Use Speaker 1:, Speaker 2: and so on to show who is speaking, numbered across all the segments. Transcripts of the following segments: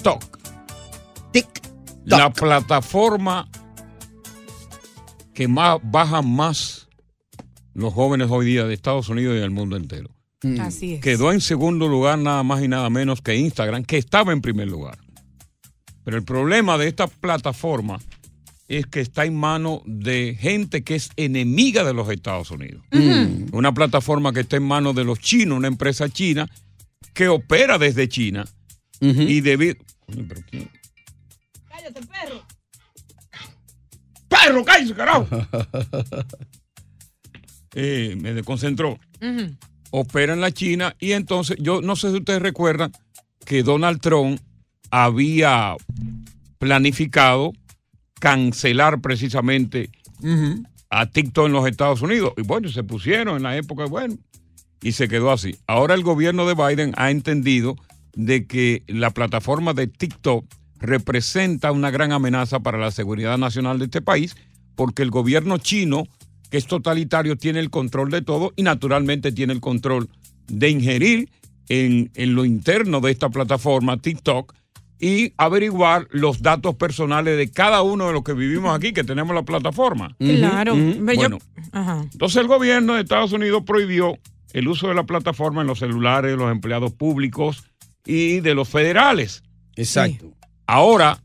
Speaker 1: TikTok,
Speaker 2: Tic.
Speaker 1: la plataforma que más baja más los jóvenes hoy día de Estados Unidos y del mundo entero.
Speaker 3: Así es.
Speaker 1: Mm, Quedó en segundo lugar nada más y nada menos que Instagram, que estaba en primer lugar. Pero el problema de esta plataforma es que está en manos de gente que es enemiga de los Estados Unidos. Mm. Una plataforma que está en manos de los chinos, una empresa china que opera desde China y debido... Coño, pero ¿quién?
Speaker 3: Cállate, perro.
Speaker 1: ¡Perro, cállese, carajo! Eh, me desconcentró. Opera en la China y entonces, yo no sé si ustedes recuerdan que Donald Trump había planificado cancelar precisamente a TikTok en los Estados Unidos. Y bueno, se pusieron en la época, bueno, y se quedó así. Ahora el gobierno de Biden ha entendido de que la plataforma de TikTok representa una gran amenaza para la seguridad nacional de este país, porque el gobierno chino, que es totalitario, tiene el control de todo y naturalmente tiene el control de ingerir en, en lo interno de esta plataforma TikTok y averiguar los datos personales de cada uno de los que vivimos aquí, que tenemos la plataforma.
Speaker 4: Claro. Ve, yo-
Speaker 1: Bueno.
Speaker 4: Ajá.
Speaker 1: Entonces el gobierno de Estados Unidos prohibió el uso de la plataforma en los celulares de los empleados públicos y de los federales.
Speaker 2: Exacto.
Speaker 1: Ahora,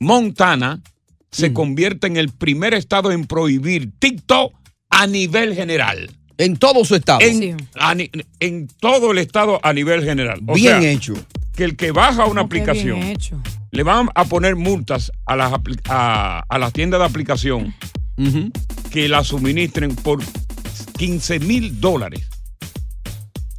Speaker 1: Montana
Speaker 4: Mm.
Speaker 1: se convierte en el primer estado en prohibir TikTok a nivel general.
Speaker 2: En todo su estado.
Speaker 1: En,
Speaker 4: Ah, Sí.
Speaker 1: a ni- en todo el estado a nivel general. O
Speaker 2: Bien
Speaker 1: sea,
Speaker 2: hecho.
Speaker 1: que el que baja una
Speaker 4: Qué bien
Speaker 1: aplicación
Speaker 4: hecho.
Speaker 1: le van a poner multas a las, apli- a, a las tiendas de aplicación
Speaker 2: Ujú.
Speaker 1: que la suministren por 15 mil dólares.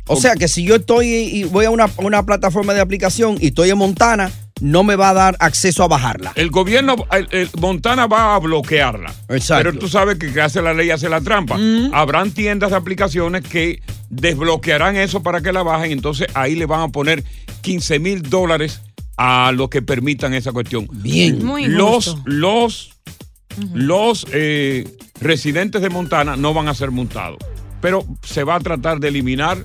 Speaker 2: O sea que si yo estoy y voy a una, a una plataforma de aplicación y estoy en Montana, no me va a dar acceso a bajarla.
Speaker 1: El gobierno, el- el Montana va a bloquearla.
Speaker 2: Exacto.
Speaker 1: Pero tú sabes que, que hace la ley hace la trampa. Habrán tiendas de aplicaciones que desbloquearán eso para que la bajen. Entonces ahí le van a poner 15 mil dólares a los que permitan esa cuestión.
Speaker 2: Bien.
Speaker 4: Muy
Speaker 1: los,
Speaker 4: justo.
Speaker 1: los, los eh, residentes de Montana no van a ser multados. Pero se va a tratar de eliminar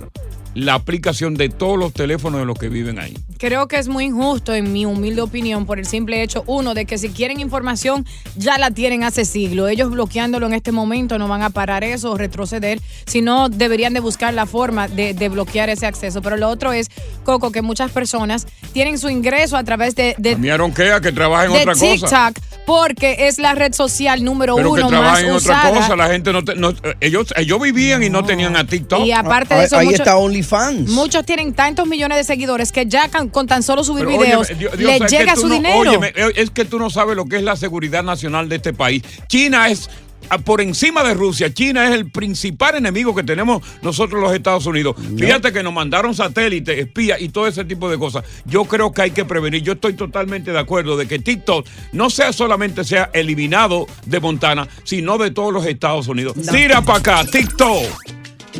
Speaker 1: la aplicación de todos los teléfonos de los que viven ahí.
Speaker 4: Creo que es muy injusto, en mi humilde opinión, por el simple hecho, uno, de que si quieren información, ya la tienen hace siglo. Ellos bloqueándolo en este momento no van a parar eso o retroceder, sino deberían de buscar la forma de, de bloquear ese acceso. Pero lo otro es, Coco, que muchas personas tienen su ingreso a través de, de,
Speaker 1: Cambiaron que a que trabajen
Speaker 4: de
Speaker 1: otra cosa.
Speaker 4: TikTok, porque es la red social número
Speaker 1: Pero que
Speaker 4: uno más
Speaker 1: trabajan en
Speaker 4: usada.
Speaker 1: otra cosa, la gente no, te- no- ellos, ellos vivían y no tenían a TikTok.
Speaker 4: Y aparte de
Speaker 2: Ahí-
Speaker 4: eso,
Speaker 2: Ah, ahí
Speaker 4: mucho-
Speaker 2: está OnlyFans.
Speaker 4: Muchos tienen tantos millones de seguidores que ya can- con tan solo subir
Speaker 1: Pero
Speaker 4: videos
Speaker 1: óyeme, Dios- Dios,
Speaker 4: les
Speaker 1: es que
Speaker 4: llega
Speaker 1: tú
Speaker 4: su
Speaker 1: no-
Speaker 4: dinero.
Speaker 1: óyeme, eh, es que tú no sabes lo que es la seguridad nacional de este país. China es ah, por encima de Rusia. China es el principal enemigo que tenemos nosotros los Estados Unidos. Fíjate que nos mandaron satélites, espías y todo ese tipo de cosas. Yo creo que hay que prevenir. Yo estoy totalmente de acuerdo de que TikTok no sea solamente sea eliminado de Montana, sino de todos los Estados Unidos. Tira para acá, TikTok.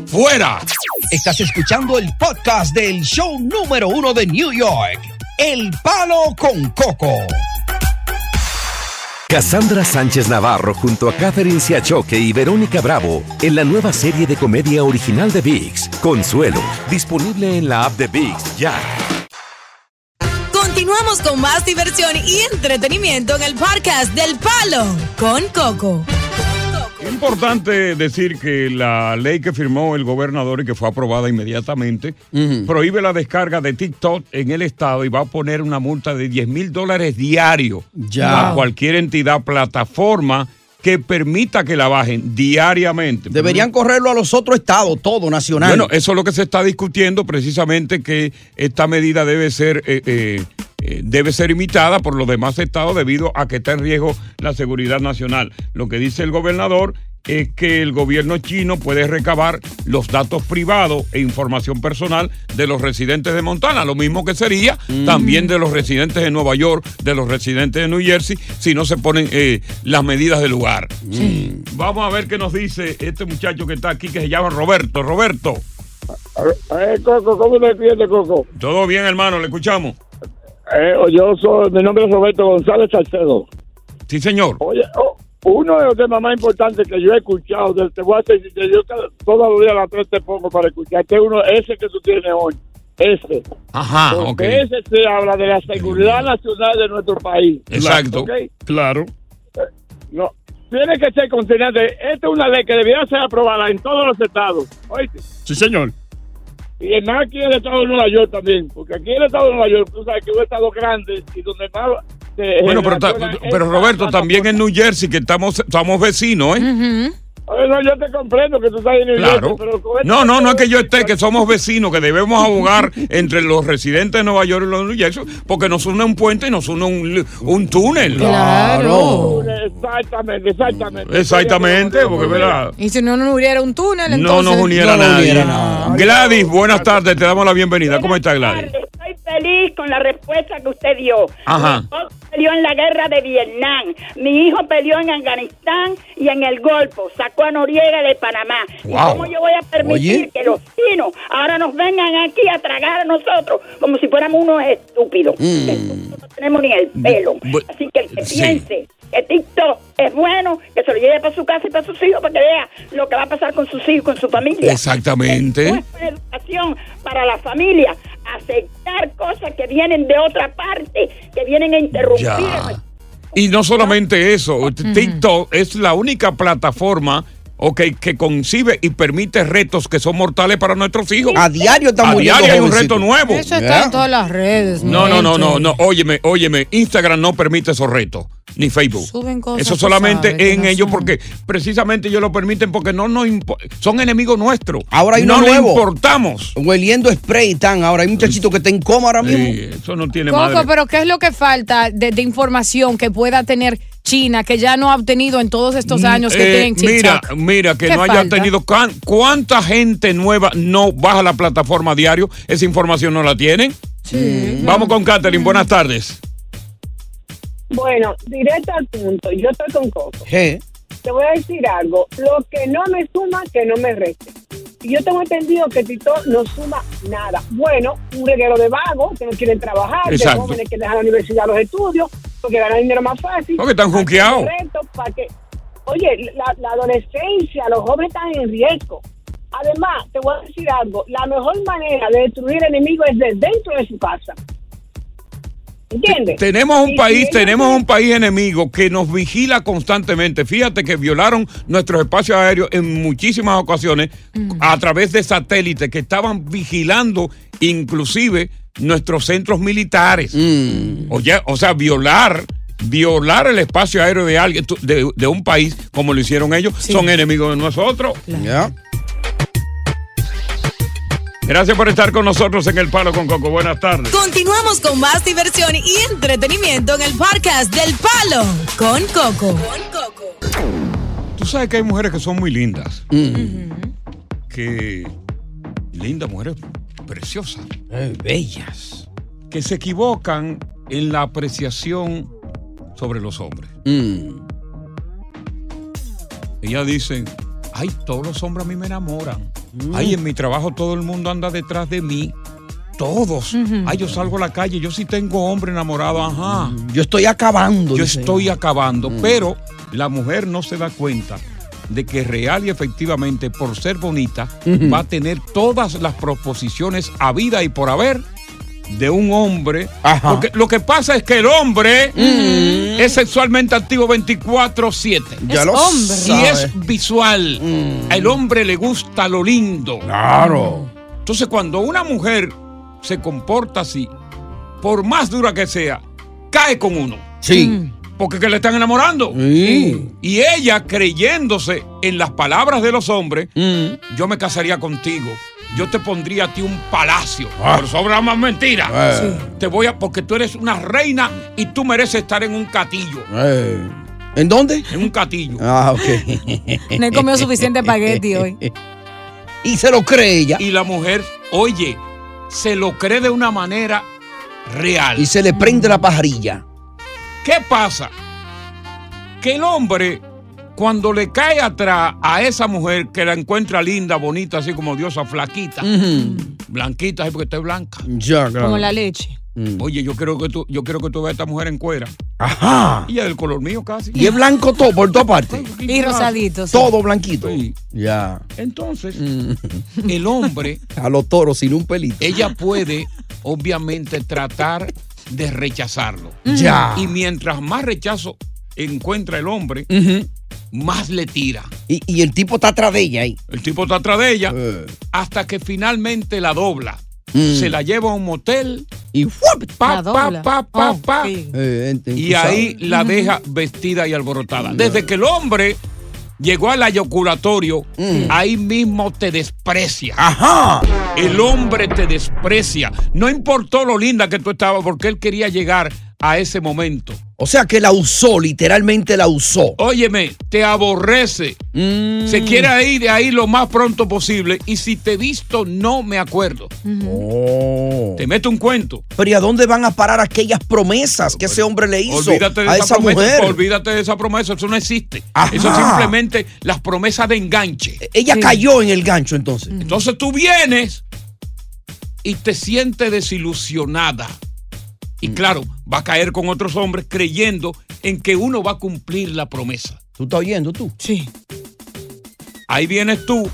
Speaker 1: Fuera.
Speaker 2: Estás escuchando el podcast del show número uno de New York. El palo con coco.
Speaker 5: Cassandra Sánchez Navarro junto a Catherine Siachoque y Verónica Bravo en la nueva serie de comedia original de VIX, Consuelo, disponible en la app de VIX ya.
Speaker 3: Continuamos con más diversión y entretenimiento en el podcast del Palo con Coco.
Speaker 1: El importante decir que la ley que firmó el gobernador y que fue aprobada inmediatamente prohíbe la descarga de TikTok en el estado y va a poner una multa de 10 mil dólares diario
Speaker 2: Ya.
Speaker 1: a cualquier entidad, plataforma que permita que la bajen diariamente.
Speaker 2: Deberían correrlo a los otros estados, todo nacional.
Speaker 1: Bueno, eso es lo que se está discutiendo precisamente que esta medida debe ser eh, eh, eh, debe ser imitada por los demás estados debido a que está en riesgo la seguridad nacional. Lo que dice el gobernador es que el gobierno chino puede recabar los datos privados e información personal de los residentes de Montana, lo mismo que sería también de los residentes de Nueva York, de los residentes de New Jersey, si no se ponen eh, las medidas del lugar. Vamos a ver qué nos dice este muchacho que está aquí, que se llama Roberto. Roberto,
Speaker 6: Eh, Coco, ¿cómo te entiendes, Coco?
Speaker 1: todo bien, hermano, le escuchamos.
Speaker 6: Eh, yo soy, mi nombre es Roberto González Salcedo.
Speaker 1: Sí, señor.
Speaker 6: Oye, oh, uno de los temas más importantes que yo he escuchado, del- te voy a decir, que yo cada- todos los días a las tres te pongo para escucharte uno, ese que tú tienes hoy, ese.
Speaker 1: Ajá, ok.
Speaker 6: Porque ese se habla de la seguridad nacional de nuestro país.
Speaker 1: Exacto.
Speaker 6: ¿Ok?
Speaker 1: Claro.
Speaker 6: No, tiene que ser consternante. Esta es una ley que debería ser aprobada en todos los estados. ¿Oíste?
Speaker 1: Sí, señor.
Speaker 6: Y en más aquí en el estado de Nueva York también, porque aquí en el estado de Nueva York, tú sabes que es un estado grande y donde más... se
Speaker 1: Bueno, pero, ta-
Speaker 6: relaciona
Speaker 1: pero
Speaker 6: esta
Speaker 1: Roberto, también en
Speaker 6: plataforma.
Speaker 1: New Jersey, que estamos, estamos vecinos, ¿eh?
Speaker 6: Oye, no, yo te comprendo que tú estás en New
Speaker 1: Claro.
Speaker 6: York, pero con esta-
Speaker 1: No, no, no es que yo esté, que somos vecinos, que debemos abogar entre los residentes de Nueva York y los de New Jersey, porque nos une un puente y nos une un, un túnel.
Speaker 2: Claro.
Speaker 6: Exactamente, exactamente.
Speaker 1: Exactamente, porque, ¿verdad?
Speaker 4: Y si no nos hubiera un túnel, entonces.
Speaker 1: no nos
Speaker 2: no
Speaker 1: uniera
Speaker 2: nos
Speaker 1: nadie.
Speaker 2: uniera nada.
Speaker 1: Gladys, buenas tardes, te damos la bienvenida. ¿Cómo está Gladys?
Speaker 6: Estoy feliz con la respuesta que usted dio.
Speaker 1: Ajá.
Speaker 6: Mi esposo peleó en la guerra de Vietnam. Mi hijo peleó en Afganistán y en el Golfo. Sacó a Noriega de Panamá. ¿Y
Speaker 1: Wow.
Speaker 6: cómo yo voy a permitir
Speaker 2: Oye.
Speaker 6: que los chinos ahora nos vengan aquí a tragar a nosotros como si fuéramos unos estúpidos?
Speaker 1: Mm.
Speaker 6: Nosotros No tenemos ni el pelo.
Speaker 1: Bu-
Speaker 6: Así que el que
Speaker 1: sí.
Speaker 6: piense que TikTok es bueno, que se lo lleve para su casa y para sus hijos para que vea lo que va a pasar con sus hijos, con su familia.
Speaker 1: Exactamente.
Speaker 6: Después, educación para la familia, aceptar cosas que vienen de otra parte, que vienen a interrumpir.
Speaker 1: Ya. Y no solamente eso, TikTok es la única plataforma ok, que concibe y permite retos que son mortales para nuestros hijos.
Speaker 2: A diario
Speaker 1: A
Speaker 2: estamos
Speaker 1: diario hay un reto nuevo.
Speaker 4: Eso está
Speaker 2: ¿verdad?
Speaker 4: en todas las redes.
Speaker 1: ¿Eh? No, no, no, no,
Speaker 4: gente.
Speaker 1: no. Óyeme, óyeme. Instagram no permite esos retos, ni Facebook.
Speaker 4: Suben cosas,
Speaker 1: Eso
Speaker 4: tú
Speaker 1: solamente
Speaker 4: sabes, que
Speaker 1: en
Speaker 4: no
Speaker 1: ellos,
Speaker 4: son.
Speaker 1: porque precisamente ellos lo permiten porque no nos impo- son enemigos nuestros.
Speaker 2: Ahora hay
Speaker 1: no
Speaker 2: uno
Speaker 1: le
Speaker 2: nuevo.
Speaker 1: importamos.
Speaker 2: Hueliendo spray tan ahora. Hay un muchachito que está en coma ahora mismo.
Speaker 1: Sí, eso no tiene
Speaker 4: Coco,
Speaker 1: madre.
Speaker 4: pero ¿qué es lo que falta de, de información que pueda tener China que ya no ha obtenido en todos estos años que
Speaker 1: Eh,
Speaker 4: tiene TikTok?
Speaker 1: Mira, mira, que
Speaker 4: ¿Qué
Speaker 1: no haya
Speaker 4: falta?
Speaker 1: tenido. can- ¿Cuánta gente nueva no baja la plataforma a diario? Esa información no la tienen. Vamos con Catherine, buenas tardes.
Speaker 6: Bueno, directo al punto, yo estoy con Coco.
Speaker 2: Je.
Speaker 6: Te voy a decir algo, lo que no me suma, que no me reste. Y Yo tengo entendido que Tito no suma nada. Bueno, un reguero de vagos que no quieren trabajar,
Speaker 1: Exacto.
Speaker 6: de jóvenes que dejan la universidad los estudios, porque ganan dinero más fácil.
Speaker 1: Porque están junqueados.
Speaker 6: reto para que, oye, la, la adolescencia, los jóvenes están en riesgo. Además, te voy a decir algo, la mejor manera de destruir enemigos es desde dentro de su casa. ¿Entiendes?
Speaker 1: Tenemos un
Speaker 6: Y
Speaker 1: país,
Speaker 6: si
Speaker 1: tenemos
Speaker 6: ellos-
Speaker 1: un país enemigo que nos vigila constantemente. Fíjate que violaron nuestros espacios aéreos en muchísimas ocasiones a través de satélites que estaban vigilando inclusive nuestros centros militares. Oye, o sea, violar, violar el espacio aéreo de alguien, tu- de, de un país, como lo hicieron ellos, son enemigos de nosotros.
Speaker 2: Ya.
Speaker 1: Gracias por estar con nosotros en El Palo con Coco. Buenas tardes.
Speaker 3: Continuamos con más diversión y entretenimiento en el podcast del Palo con Coco.
Speaker 1: Tú sabes que hay mujeres que son muy lindas.
Speaker 2: Mm.
Speaker 1: Que. Lindas mujeres preciosas.
Speaker 2: Eh, bellas.
Speaker 1: Que se equivocan en la apreciación sobre los hombres.
Speaker 2: Mm.
Speaker 1: Ellas dicen: Ay, todos los hombres a mí me enamoran.
Speaker 2: Mm.
Speaker 1: Ay, en mi trabajo todo el mundo anda detrás de mí. Todos.
Speaker 2: Mm-hmm.
Speaker 1: Ay, yo salgo a la calle, yo sí tengo hombre enamorado, ajá.
Speaker 2: Yo estoy acabando.
Speaker 1: Yo
Speaker 2: dice. Mm.
Speaker 1: estoy acabando, pero la mujer no se da cuenta de que real y efectivamente por ser bonita va a tener todas las proposiciones a vida y por haber de un hombre. Porque lo que pasa es que el hombre es sexualmente activo 24-7.
Speaker 2: Ya Es lo hombre.
Speaker 1: Y
Speaker 2: sabe. Mm.
Speaker 1: es visual. Al hombre le gusta lo lindo.
Speaker 2: Claro.
Speaker 1: Entonces, cuando una mujer se comporta así, por más dura que sea, cae con uno.
Speaker 2: Sí.
Speaker 1: Porque que le están enamorando. Y ella, creyéndose en las palabras de los hombres,
Speaker 2: Mm.
Speaker 1: yo me casaría contigo. Yo te pondría a ti un palacio.
Speaker 7: Ah.
Speaker 1: Por sobra más mentira.
Speaker 7: Eh.
Speaker 1: Te voy a. Porque tú eres una reina y tú mereces estar en un catillo.
Speaker 2: Eh. ¿En dónde?
Speaker 1: En un catillo.
Speaker 7: Eh.
Speaker 2: Ah, ok.
Speaker 4: No he comido suficiente espagueti hoy.
Speaker 2: Y se lo cree ella.
Speaker 1: Y la mujer, oye, se lo cree de una manera real.
Speaker 2: Y se le prende la pajarilla.
Speaker 1: ¿Qué pasa? Que el hombre, cuando le cae atrás a esa mujer que la encuentra linda, bonita, así como diosa, flaquita, Mm. blanquita, así porque está blanca.
Speaker 2: Ya, claro.
Speaker 4: Como la leche.
Speaker 2: Mm.
Speaker 1: Oye, yo quiero que tú, yo quiero que tú veas a esta mujer en cuera.
Speaker 2: Ajá.
Speaker 1: Y es del color mío casi.
Speaker 2: Y es blanco todo, por todas partes.
Speaker 4: Y rosadito. sí.
Speaker 2: Todo blanquito. Ya.
Speaker 1: Entonces,
Speaker 2: Mm.
Speaker 1: el hombre,
Speaker 2: A los toros sin un pelito.
Speaker 1: ella puede, obviamente, tratar de rechazarlo.
Speaker 2: Mm. Ya.
Speaker 1: Y mientras más rechazo encuentra el hombre,
Speaker 2: Ujú.
Speaker 1: más le tira.
Speaker 2: y, y el tipo está atrás de ella ahí.
Speaker 1: El tipo está atrás de ella hasta que finalmente la dobla.
Speaker 2: Eh. Mm.
Speaker 1: Se la lleva a un motel.
Speaker 2: Y ¡fuap!
Speaker 1: Pa, pa,
Speaker 4: dobla.
Speaker 1: pa, pa,
Speaker 4: Oh,
Speaker 1: pa.
Speaker 4: sí.
Speaker 2: Eh, ent-
Speaker 1: Y
Speaker 2: tú sabes.
Speaker 1: ahí la deja vestida y alborotada. Desde que el hombre llegó al eyaculatorio, ahí mismo te desprecia.
Speaker 2: Mm. Ajá.
Speaker 1: El hombre te desprecia. No importó lo linda que tú estabas porque él quería llegar a ese momento.
Speaker 2: O sea que la usó, literalmente la usó.
Speaker 1: Óyeme, te aborrece.
Speaker 2: Mm.
Speaker 1: Se quiere ir de ahí lo más pronto posible. Y si te he visto, no me acuerdo.
Speaker 2: Oh.
Speaker 1: Te mete un cuento.
Speaker 2: Pero ¿y a dónnde van a parar aquellas promesas que ese hombre le hizo
Speaker 1: Olvídate de
Speaker 2: a
Speaker 1: esa,
Speaker 2: esa
Speaker 1: promesa.
Speaker 2: mujer?
Speaker 1: Olvídate de esa promesa. Eso no existe.
Speaker 2: Ajá. Eh.
Speaker 1: Eso es simplemente las promesas de enganche.
Speaker 2: Ella cayó en el gancho entonces.
Speaker 1: Entonces tú vienes y te sientes desilusionada. Y
Speaker 2: Mm.
Speaker 1: claro, va a caer con otros hombres creyendo en que uno va a cumplir la promesa.
Speaker 2: ¿Tú estás oyendo tú?
Speaker 4: Sí.
Speaker 1: Ahí vienes tú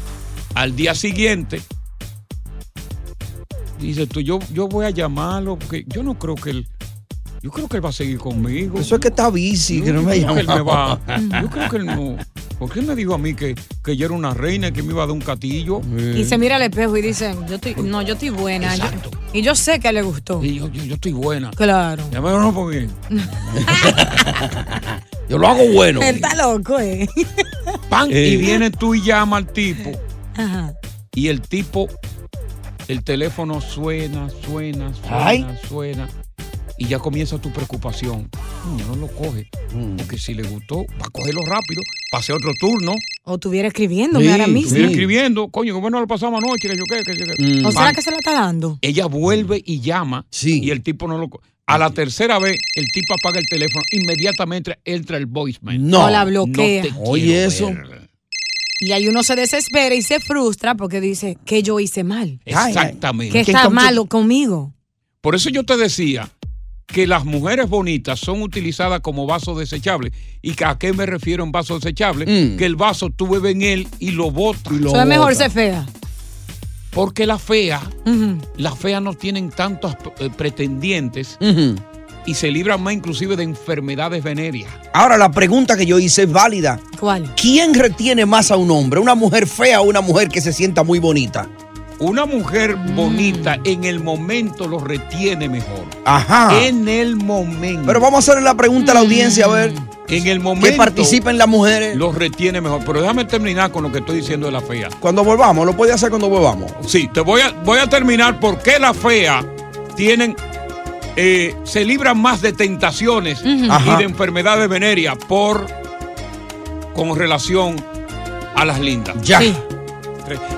Speaker 1: al día siguiente. Dices tú, yo, yo voy a llamarlo porque yo no creo que él. Yo creo que él va a seguir conmigo.
Speaker 2: Eso es que está bici,
Speaker 1: Yo
Speaker 2: que no me
Speaker 1: creo que él me
Speaker 2: llamaba.
Speaker 1: va- Yo creo que él no. ¿Por qué él me dijo a mí que, que yo era una reina y que me iba a dar un catillo?
Speaker 4: Y se mira al espejo y dice, yo estoy, no, yo estoy buena. Yo-
Speaker 1: Exacto.
Speaker 4: y yo sé que le gustó.
Speaker 1: Y yo, yo- yo estoy buena.
Speaker 4: Claro.
Speaker 1: Ya me no, pues bien.
Speaker 2: Yo lo hago bueno.
Speaker 4: Él está loco, ¿eh?
Speaker 1: Pan,
Speaker 2: Eh.
Speaker 1: y viene tú y llama al tipo.
Speaker 4: Ajá.
Speaker 1: Y el tipo, el teléfono suena, suena, suena,
Speaker 2: Ay.
Speaker 1: suena. Y ya comienza tu preocupación. Coño, no lo coge. Porque si le gustó, va a cogerlo rápido. Pase otro turno.
Speaker 4: O estuviera escribiéndome
Speaker 2: Sí,
Speaker 4: ahora mismo.
Speaker 1: Estuviera
Speaker 2: Sí.
Speaker 1: escribiendo. Coño, ¿cómo no lo pasamos anoche? Que yo qué, que yo qué.
Speaker 2: Mm.
Speaker 4: ¿O
Speaker 1: Pan.
Speaker 4: será que se la está dando?
Speaker 1: Ella vuelve y llama.
Speaker 2: Sí.
Speaker 1: Y el tipo no lo. co- A la tercera vez, el tipo apaga el teléfono. Inmediatamente entra el voicemail.
Speaker 2: No.
Speaker 4: O la bloquea.
Speaker 1: No te
Speaker 2: Oye,
Speaker 1: quiero
Speaker 2: eso.
Speaker 1: ver.
Speaker 4: Y ahí uno se desespera y se frustra porque dice, que yo hice mal?
Speaker 2: Ay,
Speaker 1: Exactamente.
Speaker 4: ¿Qué
Speaker 2: ¿qué
Speaker 4: está
Speaker 2: estamos-
Speaker 4: malo conmigo?
Speaker 1: Por eso yo te decía que las mujeres bonitas son utilizadas como vasos desechables. ¿Y que a qué me refiero en vaso desechable?
Speaker 2: Mm.
Speaker 1: Que el vaso tú bebes en él y lo botas.
Speaker 2: Y lo
Speaker 4: Eso es mejor
Speaker 2: bota.
Speaker 4: ser fea.
Speaker 1: Porque las feas,
Speaker 4: Ujú.
Speaker 1: las feas no tienen tantos eh, pretendientes
Speaker 2: Ujú.
Speaker 1: y se libran más inclusive de enfermedades venéreas.
Speaker 2: Ahora, la pregunta que yo hice es válida.
Speaker 4: ¿Cuál?
Speaker 2: ¿Quién retiene más a un hombre? ¿Una mujer fea o una mujer que se sienta muy bonita?
Speaker 1: Una mujer
Speaker 2: Mm.
Speaker 1: bonita en el momento lo retiene mejor.
Speaker 2: Ajá.
Speaker 1: En el momento.
Speaker 2: Ah. Pero vamos a hacerle la pregunta a la audiencia a ver
Speaker 1: en el momento
Speaker 2: que participen las mujeres.
Speaker 1: lo retiene mejor. Pero déjame terminar con lo que estoy diciendo de la fea.
Speaker 2: Cuando volvamos, lo puede hacer cuando volvamos.
Speaker 1: Sí, te voy a, voy a terminar porque la fea tienen. eh, se libran más de tentaciones y
Speaker 2: Ajá.
Speaker 1: de enfermedades venéreas por con relación a las lindas.
Speaker 2: Ya.
Speaker 4: Sí.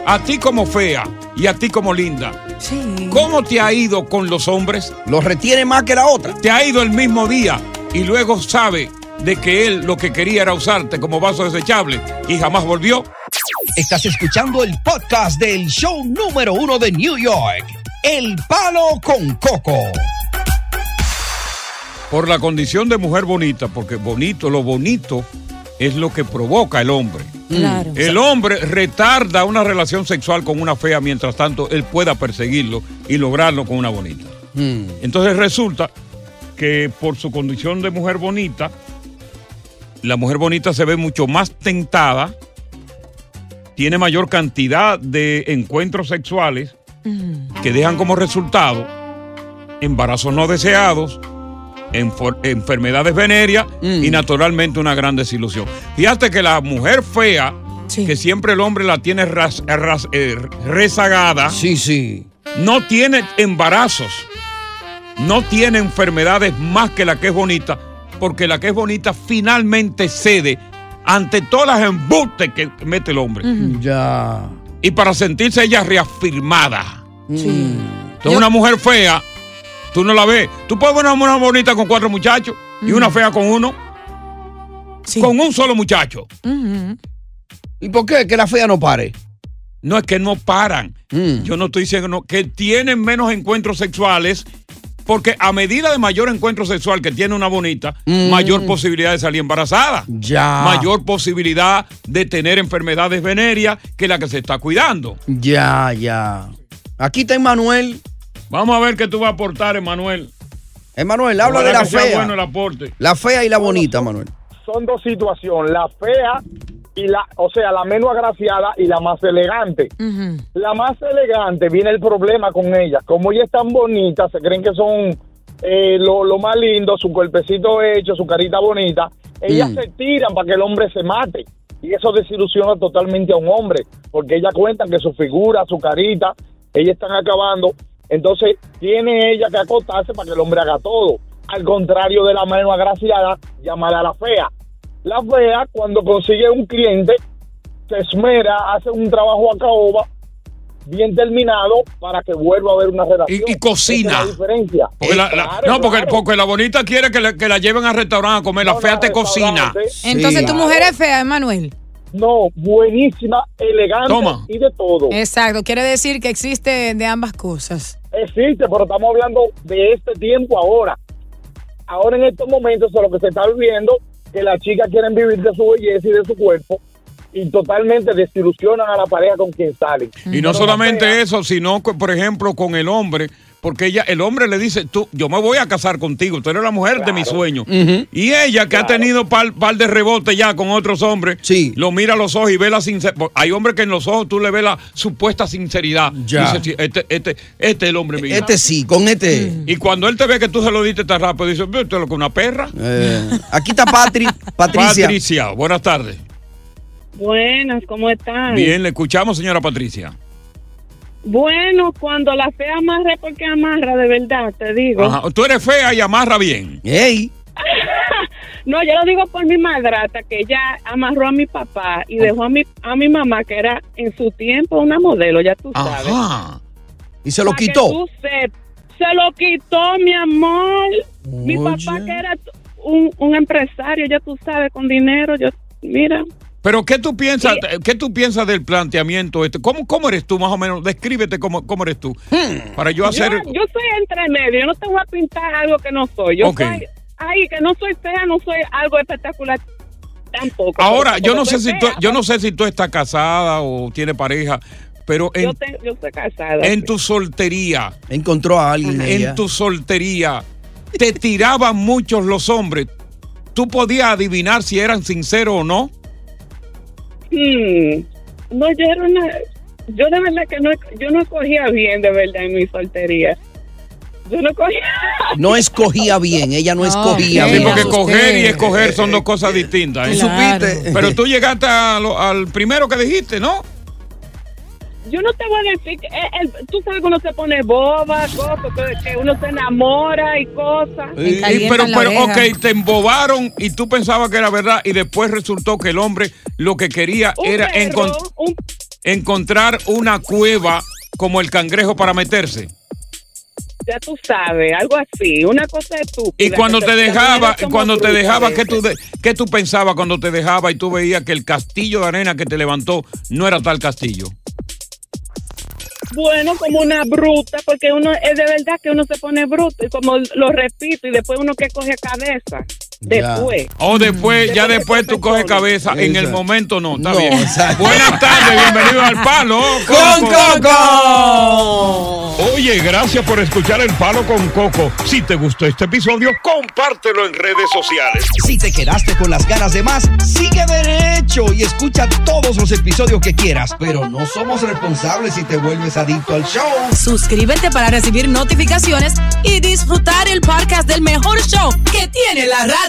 Speaker 1: A ti como fea y a ti como linda,
Speaker 4: Sí.
Speaker 1: ¿cómo te ha ido con los hombres?
Speaker 2: Lo retiene más que la otra.
Speaker 1: te ha ido el mismo día y luego sabe de que él lo que quería era usarte como vaso desechable y jamás volvió.
Speaker 2: Estás escuchando el podcast del show número uno de New York. El palo con coco.
Speaker 1: Por la condición de mujer bonita, porque bonito, lo bonito es lo que provoca el hombre.
Speaker 4: Claro.
Speaker 1: El hombre retarda una relación sexual con una fea mientras tanto él pueda perseguirlo y lograrlo con una bonita. Entonces resulta que por su condición de mujer bonita, la mujer bonita se ve mucho más tentada, tiene mayor cantidad de encuentros sexuales que dejan como resultado embarazos no deseados, enfor- enfermedades venéreas y naturalmente una gran desilusión. Fíjate que la mujer fea, que siempre el hombre la tiene ras- ras- eh, rezagada, no tiene embarazos, no tiene enfermedades más que la que es bonita, porque la que es bonita finalmente cede ante todas las embustes que mete el hombre.
Speaker 2: Ya.
Speaker 1: Y para sentirse ella reafirmada.
Speaker 2: Sí.
Speaker 1: Entonces, una mujer fea, tú no la ves. Tú puedes ver una mujer bonita con cuatro muchachos y
Speaker 2: Mm.
Speaker 1: una fea con uno. Con un solo muchacho.
Speaker 2: ¿Y por qué? Que la fea no pare.
Speaker 1: No es que no paran.
Speaker 2: Mm.
Speaker 1: Yo no estoy diciendo no, que tienen menos encuentros sexuales. Porque a medida de mayor encuentro sexual que tiene una bonita, mayor posibilidad de salir embarazada.
Speaker 2: Mm. Ya.
Speaker 1: Mayor posibilidad de tener enfermedades venéreas que la que se está cuidando.
Speaker 2: Ya, ya. Aquí está Emanuel.
Speaker 1: Vamos a ver qué tú vas a aportar, Emanuel.
Speaker 2: Emanuel, habla
Speaker 1: Ojalá
Speaker 2: de la
Speaker 1: que sea
Speaker 2: fea.
Speaker 1: bueno el aporte.
Speaker 2: La fea y la bonita, Manuel.
Speaker 8: son dos situaciones, la fea y la, o sea, la menos agraciada y la más elegante. La más elegante viene el problema con ella. Como ella es tan bonita, se creen que son eh, lo, lo más lindo, su cuerpecito hecho, su carita bonita. Ellas
Speaker 9: Mm.
Speaker 8: se tiran para que el hombre se mate. Y eso desilusiona totalmente a un hombre, porque ellas cuentan que su figura, su carita, ellas están acabando. Entonces tiene ella que acostarse para que el hombre haga todo. Al contrario de la mano agraciada, llamada la fea. La fea, cuando consigue un cliente, se esmera, hace un trabajo a caoba, bien terminado, para que vuelva a haber una relación.
Speaker 1: Y- y cocina.
Speaker 8: Esa es la diferencia.
Speaker 1: Porque la- la- no, porque, porque la bonita quiere que, la- que la lleven al restaurante a comer, la fea te cocina.
Speaker 4: Entonces tu mujer es fea, Emanuel.
Speaker 8: No, buenísima, elegante
Speaker 1: Toma.
Speaker 8: y de todo.
Speaker 6: Oh.
Speaker 4: Exacto, quiere decir que existe de ambas cosas.
Speaker 8: Existe, pero estamos hablando de este tiempo ahora. Ahora en estos momentos lo que se está viviendo, que las chicas quieren vivir de su belleza y de su cuerpo y totalmente desilusionan a la pareja con quien salen.
Speaker 1: Y no solamente eso, sino, que, por ejemplo, con el hombre, porque ella, el hombre le dice, tú, yo me voy a casar contigo, tú eres la mujer de mi sueño. Y ella, que ha tenido par, par de rebotes ya con otros hombres, lo mira a los ojos y ve la sinceridad. Hay hombres que en los ojos tú le ves la supuesta sinceridad.
Speaker 2: Ya.
Speaker 1: Dice, "Sí, este, este, este es el hombre mío.
Speaker 2: Este sí, con este.
Speaker 1: Y cuando él te ve que tú se lo diste tan rápido, dice, "Pero esto es lo que una perra.
Speaker 2: Eh, aquí está Patri, Patricia.
Speaker 1: Patricia, buenas tardes.
Speaker 10: Buenas, ¿cómo están?
Speaker 1: Bien, le escuchamos, señora Patricia.
Speaker 10: Bueno, cuando la fea amarra es porque amarra, de verdad, te digo.
Speaker 1: Ajá. Tú eres fea y amarra bien.
Speaker 2: ¡Ey!
Speaker 10: No, yo lo digo por mi madrata, que ella amarró a mi papá
Speaker 1: Ah.
Speaker 10: y dejó a mi, a mi mamá, que era en su tiempo una modelo, ya tú sabes.
Speaker 2: Y se lo
Speaker 10: Pa' que
Speaker 2: quitó.
Speaker 10: tú sepas. se lo quitó, mi amor. Mi
Speaker 1: Oye.
Speaker 10: papá, que era un, un empresario, ya tú sabes, con dinero, yo, mira.
Speaker 1: Pero ¿qué tú piensas, qué tú piensas del planteamiento este? ¿Cómo, cómo eres tú más o menos? Descríbete cómo, cómo eres tú. Para yo hacer
Speaker 10: Hmm. Yo, yo soy entre medio, yo no te voy a pintar algo que no soy. Yo
Speaker 1: Ok.
Speaker 10: soy, ay, que no soy fea, no soy algo espectacular tampoco.
Speaker 1: Ahora,
Speaker 10: Porque
Speaker 1: yo no sé
Speaker 10: soy
Speaker 1: si tú,
Speaker 10: fea,
Speaker 1: yo no sé si tú estás casada o tienes pareja, pero en,
Speaker 10: yo, te- yo estoy casada.
Speaker 1: en tu soltería,
Speaker 2: encontró a alguien ella.
Speaker 1: en tu soltería te tiraban muchos los hombres. ¿Tú podías adivinar si eran sinceros o no?
Speaker 10: Hmm. No, yo era una... Yo de verdad que no, yo no cogía bien de verdad en mi soltería. Yo no cogía...
Speaker 2: No escogía bien, ella no escogía
Speaker 1: Sí,
Speaker 2: bien.
Speaker 1: porque coger y escoger son dos cosas distintas.
Speaker 2: Tú
Speaker 1: ¿eh?
Speaker 2: Claro. supiste.
Speaker 1: Pero tú llegaste a lo- al primero que dijiste, ¿no?
Speaker 10: Yo no te voy a decir... que- eh, el- tú sabes que uno se pone boba, cosas, que, que uno se enamora y cosas.
Speaker 1: Y- y- Eh, pero, pero, ok, te embobaron y tú pensabas que era verdad y después resultó que el hombre lo que quería era encon- encontrar una cueva como el cangrejo para meterse.
Speaker 10: ya tú sabes, algo así, una cosa estúpida.
Speaker 1: Y cuando
Speaker 10: que
Speaker 1: te
Speaker 10: se-
Speaker 1: dejaba,
Speaker 10: como
Speaker 1: cuando te
Speaker 10: bruta
Speaker 1: dejaba,
Speaker 10: de-
Speaker 1: ¿qué tú, de- qué tú pensabas cuando te dejaba y tú veías que el castillo de arena que te levantó no era tal castillo?
Speaker 10: Bueno, como una bruta, porque uno es de verdad que uno se pone bruto, y como lo repito, y después uno que coge cabeza. Después.
Speaker 1: O después, ya después tú coges cabeza. En el momento no, está bien. Buenas tardes, bienvenidos al Palo
Speaker 7: Con
Speaker 1: Coco. Oye, gracias por escuchar El Palo con Coco. Si te gustó este episodio, compártelo en redes sociales.
Speaker 2: Si te quedaste con las ganas de más, sigue derecho y escucha todos los episodios que quieras. Pero no somos responsables si te vuelves adicto al show.
Speaker 3: Suscríbete para recibir notificaciones y disfrutar el podcast del mejor show que tiene la radio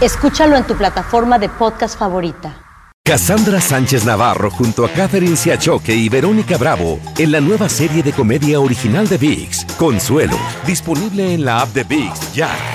Speaker 11: Escúchalo en tu plataforma de podcast favorita.
Speaker 5: Cassandra Sánchez Navarro junto a Catherine Siachoque y Verónica Bravo en la nueva serie de comedia original de VIX, Consuelo, disponible en la app de VIX ya.